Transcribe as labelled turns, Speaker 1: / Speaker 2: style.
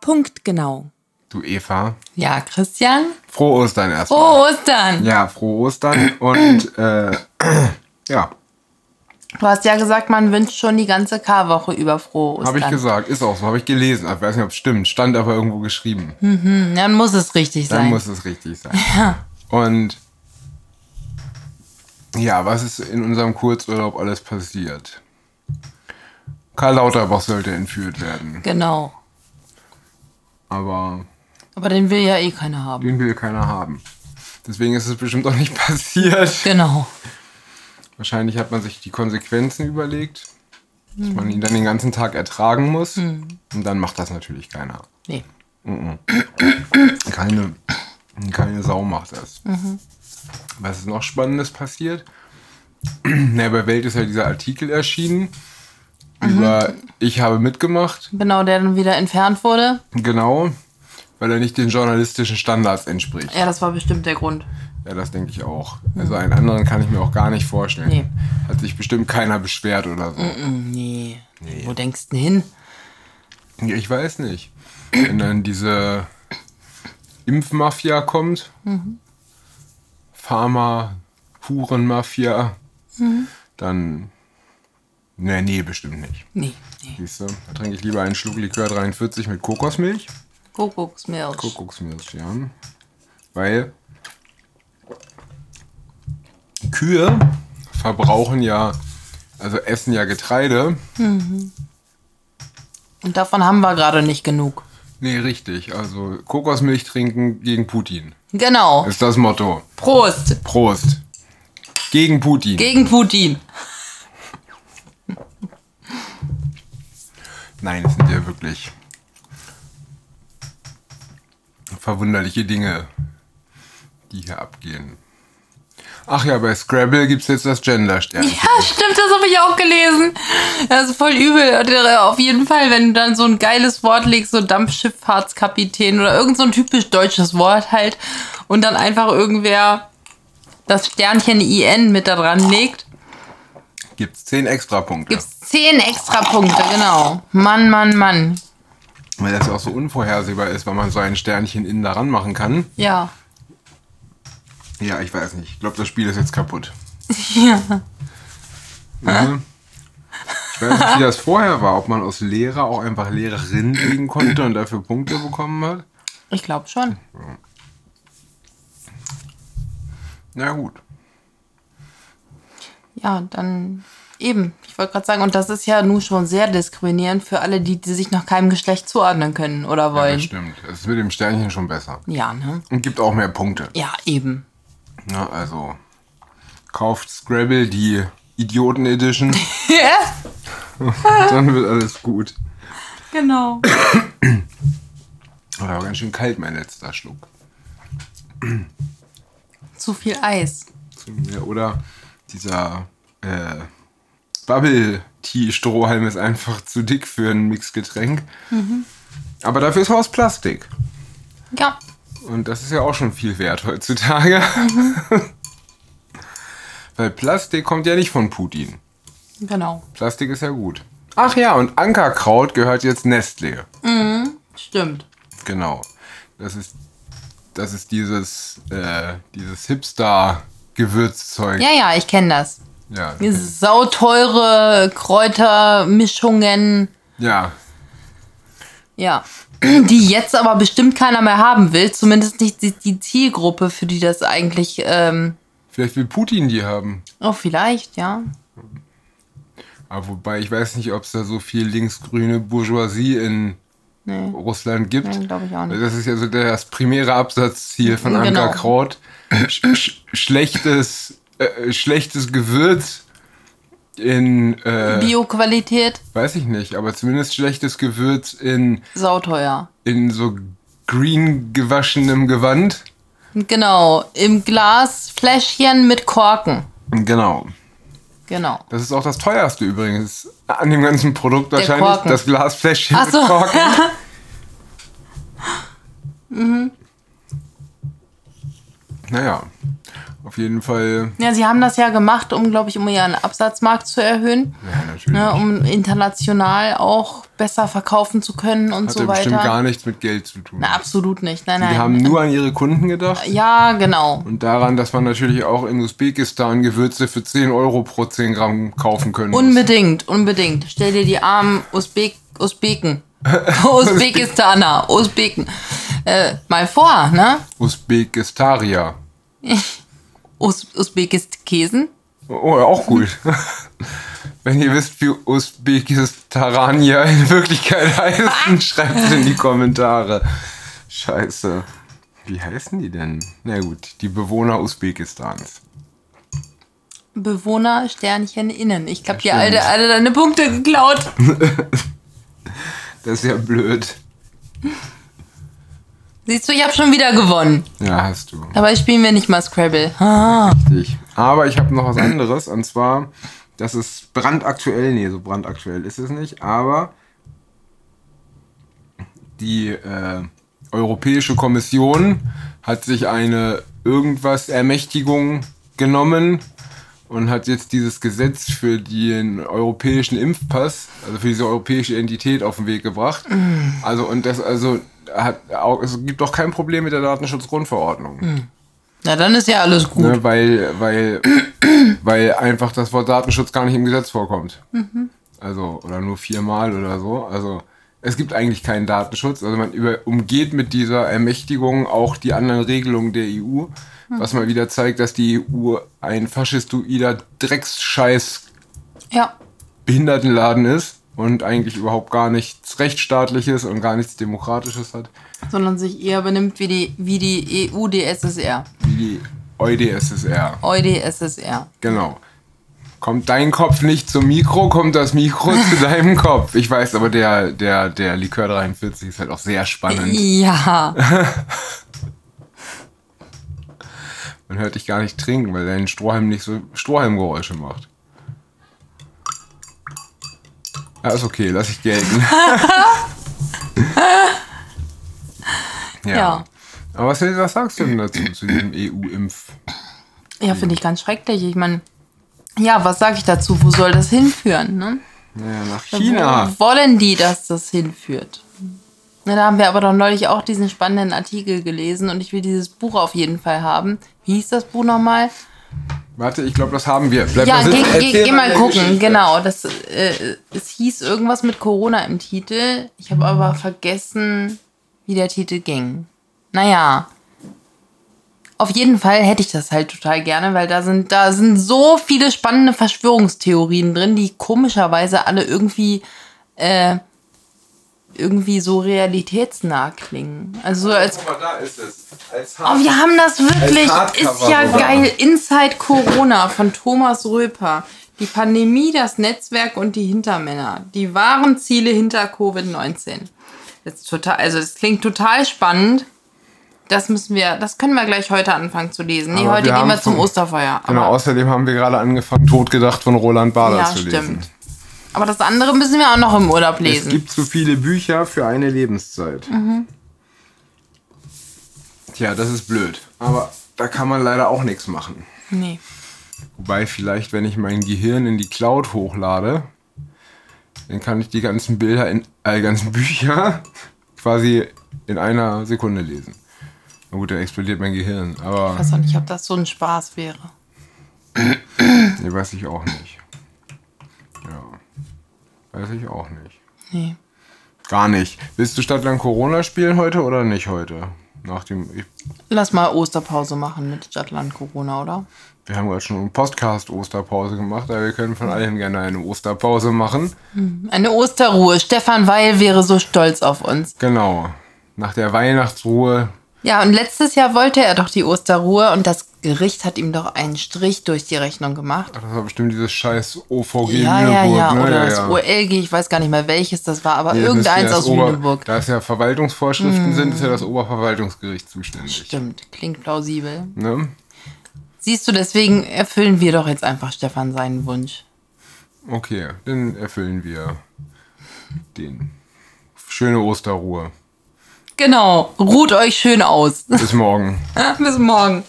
Speaker 1: Punktgenau.
Speaker 2: Du Eva,
Speaker 1: Ja, Christian?
Speaker 2: frohe Ostern erstmal.
Speaker 1: Frohe Ostern!
Speaker 2: Ja, frohe Ostern und äh, ja,
Speaker 1: Du hast ja gesagt, man wünscht schon die ganze Karwoche über frohe Ostern.
Speaker 2: habe ich gesagt, ist auch so, habe ich gelesen. Ich weiß nicht, ob es stimmt, stand aber irgendwo geschrieben.
Speaker 1: Dann muss es richtig
Speaker 2: Dann
Speaker 1: sein.
Speaker 2: muss es richtig sein. Und ja, was ist in unserem Kurzurlaub alles passiert? Karl Lauterbach sollte entführt werden,
Speaker 1: genau.
Speaker 2: aber
Speaker 1: Aber den will ja eh keiner haben.
Speaker 2: den will keiner haben. Deswegen ist es bestimmt auch nicht passiert.
Speaker 1: Genau.
Speaker 2: Wahrscheinlich hat man sich die Konsequenzen überlegt, dass man ihn dann den ganzen Tag ertragen muss. Und dann macht das natürlich keiner.
Speaker 1: Nee.
Speaker 2: Keine, keine Sau macht das. Was ist noch Spannendes passiert? Na, bei Welt ist ja dieser Artikel erschienen über Ich habe mitgemacht,
Speaker 1: Genau, der dann wieder entfernt wurde.
Speaker 2: genau, weil er nicht den journalistischen Standards entspricht.
Speaker 1: Ja, das war bestimmt der Grund.
Speaker 2: Ja, das denke ich auch. Also einen anderen kann ich mir auch gar nicht vorstellen.
Speaker 1: Nee.
Speaker 2: Hat sich bestimmt keiner beschwert oder so.
Speaker 1: Hm, Nee. Wo denkst du denn hin?
Speaker 2: Ja, Ich weiß nicht. Wenn dann diese Impfmafia kommt, Pharma, Hurenmafia, dann. Nee, nee, bestimmt nicht.
Speaker 1: Nee. nee.
Speaker 2: Siehst du? Da trinke ich lieber einen Schluck Likör 43 mit Kokosmilch.
Speaker 1: Kuckucksmilch.
Speaker 2: Kokosmilch, ja. Weil Kühe verbrauchen ja, also essen ja Getreide.
Speaker 1: Und davon haben wir gerade nicht genug.
Speaker 2: Nee, richtig. Also Kokosmilch trinken gegen Putin.
Speaker 1: Genau.
Speaker 2: ist das Motto.
Speaker 1: Prost.
Speaker 2: Prost. Gegen Putin.
Speaker 1: Gegen Putin.
Speaker 2: Nein, es sind ja wirklich verwunderliche Dinge, die hier abgehen. Ach ja, bei Scrabble gibt es jetzt das Gender-Sternchen.
Speaker 1: Ja, stimmt, das habe ich auch gelesen. Das ist voll übel. Und, äh, Auf jeden Fall, wenn du dann so ein geiles Wort legst, so Dampfschifffahrtskapitän oder irgend so ein typisch deutsches Wort halt und dann einfach irgendwer das Sternchen IN mit da dran legt,
Speaker 2: Gibt es 10 Extrapunkte.
Speaker 1: gibt's zehn extra Punkte, genau. Mann, Mann, Mann.
Speaker 2: Weil das ja auch so unvorhersehbar ist, weil man so ein Sternchen innen daran machen kann.
Speaker 1: Ja.
Speaker 2: Ja, ich weiß nicht. Ich glaube, das Spiel ist jetzt kaputt.
Speaker 1: Ja.
Speaker 2: Ja. Ich weiß nicht, wie das vorher war. Ob man aus Lehrer auch einfach Lehrerin legen konnte und dafür Punkte bekommen hat.
Speaker 1: Ich glaube schon.
Speaker 2: Na gut.
Speaker 1: Ja, dann eben. Ich wollte gerade sagen, und das ist ja nun schon sehr diskriminierend für alle, die, die sich nach keinem Geschlecht zuordnen können oder
Speaker 2: Ja, das
Speaker 1: wollen.
Speaker 2: stimmt. Es ist mit dem Sternchen schon besser.
Speaker 1: Ja, ne?
Speaker 2: Und gibt auch mehr Punkte.
Speaker 1: Ja, eben.
Speaker 2: Na, also kauft Scrabble die Idioten Edition, dann wird alles gut.
Speaker 1: genau.
Speaker 2: War aber ganz schön kalt, mein letzter Schluck.
Speaker 1: Zu viel Eis.
Speaker 2: Ja, Oder dieser äh, Bubble-Tea-Strohhalm ist einfach zu dick für ein Mixgetränk. Aber dafür ist er aus Plastik.
Speaker 1: Ja.
Speaker 2: Und das ist ja auch schon viel wert heutzutage. Weil Plastik kommt ja nicht von Putin.
Speaker 1: Genau.
Speaker 2: Plastik ist ja gut. Ach ja, und Ankerkraut gehört jetzt Nestlé.
Speaker 1: Stimmt.
Speaker 2: Genau. Das ist, das ist dieses, äh, dieses Hipster-Gewürzzeug.
Speaker 1: Ja, ja, ich kenne das.
Speaker 2: Ja. okay.
Speaker 1: Sauteure Kräutermischungen.
Speaker 2: ja.
Speaker 1: Ja. Die jetzt aber bestimmt keiner mehr haben will. Zumindest nicht die, die Zielgruppe, für die das eigentlich. Ähm,
Speaker 2: Vielleicht will Putin die haben.
Speaker 1: oh, vielleicht, ja.
Speaker 2: Aber Ah, wobei, ich weiß nicht, ob es da so viel linksgrüne Bourgeoisie in Russland gibt.
Speaker 1: Nee, glaub ich auch nicht.
Speaker 2: Das ist ja so der, das primäre Absatzziel von
Speaker 1: Genau.
Speaker 2: Ankerkraut. Sch sch schlechtes, äh, schlechtes Gewürz in, äh,
Speaker 1: Bioqualität,
Speaker 2: weiß ich nicht, aber zumindest schlechtes Gewürz in
Speaker 1: sauteuer.
Speaker 2: in so green gewaschenem Gewand.
Speaker 1: Genau. Im Glas Fläschchen mit Korken.
Speaker 2: Genau.
Speaker 1: Genau.
Speaker 2: Das ist auch das teuerste übrigens an dem ganzen Produkt wahrscheinlich
Speaker 1: Korken.
Speaker 2: das Glasfläschchen
Speaker 1: Ach so.
Speaker 2: mit Korken. Mhm. Naja. Auf jeden Fall,
Speaker 1: Ja, sie haben das ja gemacht, um, glaube ich, um ihren Absatzmarkt zu erhöhen.
Speaker 2: ja, natürlich.
Speaker 1: Ne, um international auch besser verkaufen zu können und
Speaker 2: Hatte
Speaker 1: so weiter.
Speaker 2: bestimmt gar nichts mit Geld zu tun.
Speaker 1: Na, absolut nicht. Nein, nein.
Speaker 2: Die haben nur an ihre Kunden gedacht.
Speaker 1: ja, genau.
Speaker 2: Und daran, dass man natürlich auch in Usbekistan Gewürze für 10 Euro pro 10 Gramm kaufen können muss.
Speaker 1: Unbedingt, unbedingt. Stell dir die armen Usbek Usbeken, Usbekistaner, Usbeken äh, mal vor, ne?
Speaker 2: Usbekistarier.
Speaker 1: Us Usbekistkesen?
Speaker 2: Oh, ja, auch gut. Wenn ihr wisst, wie Usbekistanranier in Wirklichkeit heißen, schreibt es in die Kommentare. Scheiße. Wie heißen die denn? Na gut, die Bewohner Usbekistans.
Speaker 1: Bewohner, Sternchen, Innen. Ich glaube, dir
Speaker 2: stimmt.
Speaker 1: alle, alle deine Punkte geklaut.
Speaker 2: Das ist ja blöd.
Speaker 1: Siehst du, ich habe schon wieder gewonnen.
Speaker 2: Ja, hast du.
Speaker 1: Dabei spielen wir nicht mal Scrabble. Ah,
Speaker 2: Richtig. Aber ich habe noch was anderes und zwar, das ist brandaktuell, nee, so brandaktuell ist es nicht, aber die äh, Europäische Kommission hat sich eine irgendwas Ermächtigung genommen und hat jetzt dieses Gesetz für den europäischen Impfpass, also für diese europäische Identität auf den Weg gebracht. Also und das also hat auch, es gibt doch kein Problem mit der Datenschutzgrundverordnung.
Speaker 1: na dann ist ja alles gut.
Speaker 2: Ne, weil, weil, weil einfach das Wort Datenschutz gar nicht im Gesetz vorkommt. Also, oder nur viermal oder so. Also, es gibt eigentlich keinen Datenschutz. Also, man über, umgeht mit dieser Ermächtigung auch die anderen Regelungen der EU, was mal wieder zeigt, dass die EU ein faschistoider Drecksscheiß
Speaker 1: Ja.
Speaker 2: Behindertenladen ist und eigentlich überhaupt gar nichts Rechtsstaatliches und gar nichts Demokratisches hat,
Speaker 1: Sondern sich eher benimmt wie die, wie die E EU-DSSR.
Speaker 2: wie die E EUDSSR.
Speaker 1: EUDSSR.
Speaker 2: Genau. Kommt dein Kopf nicht zum Mikro, kommt das Mikro zu deinem Kopf. Ich weiß, aber der, der, der Likör 43 ist halt auch sehr spannend.
Speaker 1: Ja.
Speaker 2: Man hört dich gar nicht trinken, weil dein Strohhalm nicht so Strohhalmgeräusche macht. Ja, Ah, ist okay, lass ich gelten. ja.
Speaker 1: Ja.
Speaker 2: Aber was, was sagst du denn dazu, zu diesem E EU-Impf?
Speaker 1: Ja, finde ich ganz schrecklich. Ich meine, ja, was sage ich dazu? Wo soll das hinführen? Ne?
Speaker 2: Naja, nach China.
Speaker 1: Wo wollen die, dass das hinführt? Na, da haben wir aber doch neulich auch diesen spannenden Artikel gelesen und ich will dieses Buch auf jeden Fall haben. Wie hieß das Buch nochmal?
Speaker 2: Warte, ich glaube, das haben wir. Bleib
Speaker 1: Ja, geh,
Speaker 2: erzähl
Speaker 1: geh, geh mal
Speaker 2: deine
Speaker 1: gucken.
Speaker 2: Geschichte.
Speaker 1: Genau, das, äh, es hieß irgendwas mit Corona im Titel. Ich habe aber vergessen, wie der Titel ging. Naja. Auf jeden Fall hätte ich das halt total gerne, weil da sind, da sind so viele spannende Verschwörungstheorien drin, die komischerweise alle irgendwie, äh, irgendwie so realitätsnah klingen. Also so als
Speaker 2: Guck mal, da ist es. Als
Speaker 1: Oh, wir haben das wirklich.
Speaker 2: Als Hardcover
Speaker 1: Ist ja
Speaker 2: sogar.
Speaker 1: geil. Inside Corona von Thomas Röper. Die Pandemie, das Netzwerk und die Hintermänner. Die wahren Ziele hinter Covid-19. Das ist total, also das klingt total spannend. Das müssen wir, das können wir gleich heute anfangen zu lesen. Nee,
Speaker 2: Aber
Speaker 1: heute
Speaker 2: wir
Speaker 1: gehen
Speaker 2: haben
Speaker 1: wir zum
Speaker 2: vom-
Speaker 1: Osterfeuer.
Speaker 2: Genau,
Speaker 1: aber,
Speaker 2: außerdem haben wir gerade angefangen, Totgedacht von Roland Bader
Speaker 1: ja,
Speaker 2: zu lesen.
Speaker 1: stimmt. Aber das andere müssen wir auch noch im Urlaub
Speaker 2: Es
Speaker 1: lesen. Mhm.
Speaker 2: gibt zu viele Bücher für eine Lebenszeit. Tja, das ist blöd. Aber da kann man leider auch nichts machen.
Speaker 1: nee.
Speaker 2: Wobei vielleicht, wenn ich mein Gehirn in die Cloud hochlade, dann kann ich die ganzen Bilder, in, äh, ganzen Bücher quasi in einer Sekunde lesen. Na gut, dann explodiert mein Gehirn. Aber
Speaker 1: Ich weiß auch nicht, ob das so ein Spaß wäre.
Speaker 2: Nee, weiß ich auch nicht. Ja. Weiß ich auch nicht.
Speaker 1: Nee.
Speaker 2: Gar nicht. Willst du Stadtland Corona spielen heute oder nicht heute? Nach dem. Ich,
Speaker 1: Lass mal Osterpause machen mit Stadtland Corona, oder?
Speaker 2: wir haben gerade schon einen Podcast-Osterpause gemacht, aber wir können von allem gerne eine Osterpause machen.
Speaker 1: Eine Osterruhe. Stefan Weil wäre so stolz auf uns.
Speaker 2: Genau. Nach der Weihnachtsruhe.
Speaker 1: Ja, und letztes Jahr wollte er doch die Osterruhe und das Gericht hat ihm doch einen Strich durch die Rechnung gemacht.
Speaker 2: Ach, das war bestimmt dieses scheiß OVG
Speaker 1: Ja, ja,
Speaker 2: Lüneburg.
Speaker 1: ja.
Speaker 2: ne?
Speaker 1: Oder das OLG, ich weiß gar nicht mehr welches das war, aber
Speaker 2: Nee, das ist ja
Speaker 1: irgendeins
Speaker 2: das
Speaker 1: aus
Speaker 2: Ober-
Speaker 1: Lüneburg. Mhm.
Speaker 2: Da es ja Verwaltungsvorschriften sind, ist ja das Oberverwaltungsgericht zuständig.
Speaker 1: Stimmt, klingt plausibel.
Speaker 2: Ne?
Speaker 1: Siehst du, deswegen erfüllen wir doch jetzt einfach Stefan seinen Wunsch.
Speaker 2: Okay, dann erfüllen wir den. Schöne Osterruhe.
Speaker 1: Genau, ruht euch schön aus.
Speaker 2: Bis morgen.
Speaker 1: Bis morgen.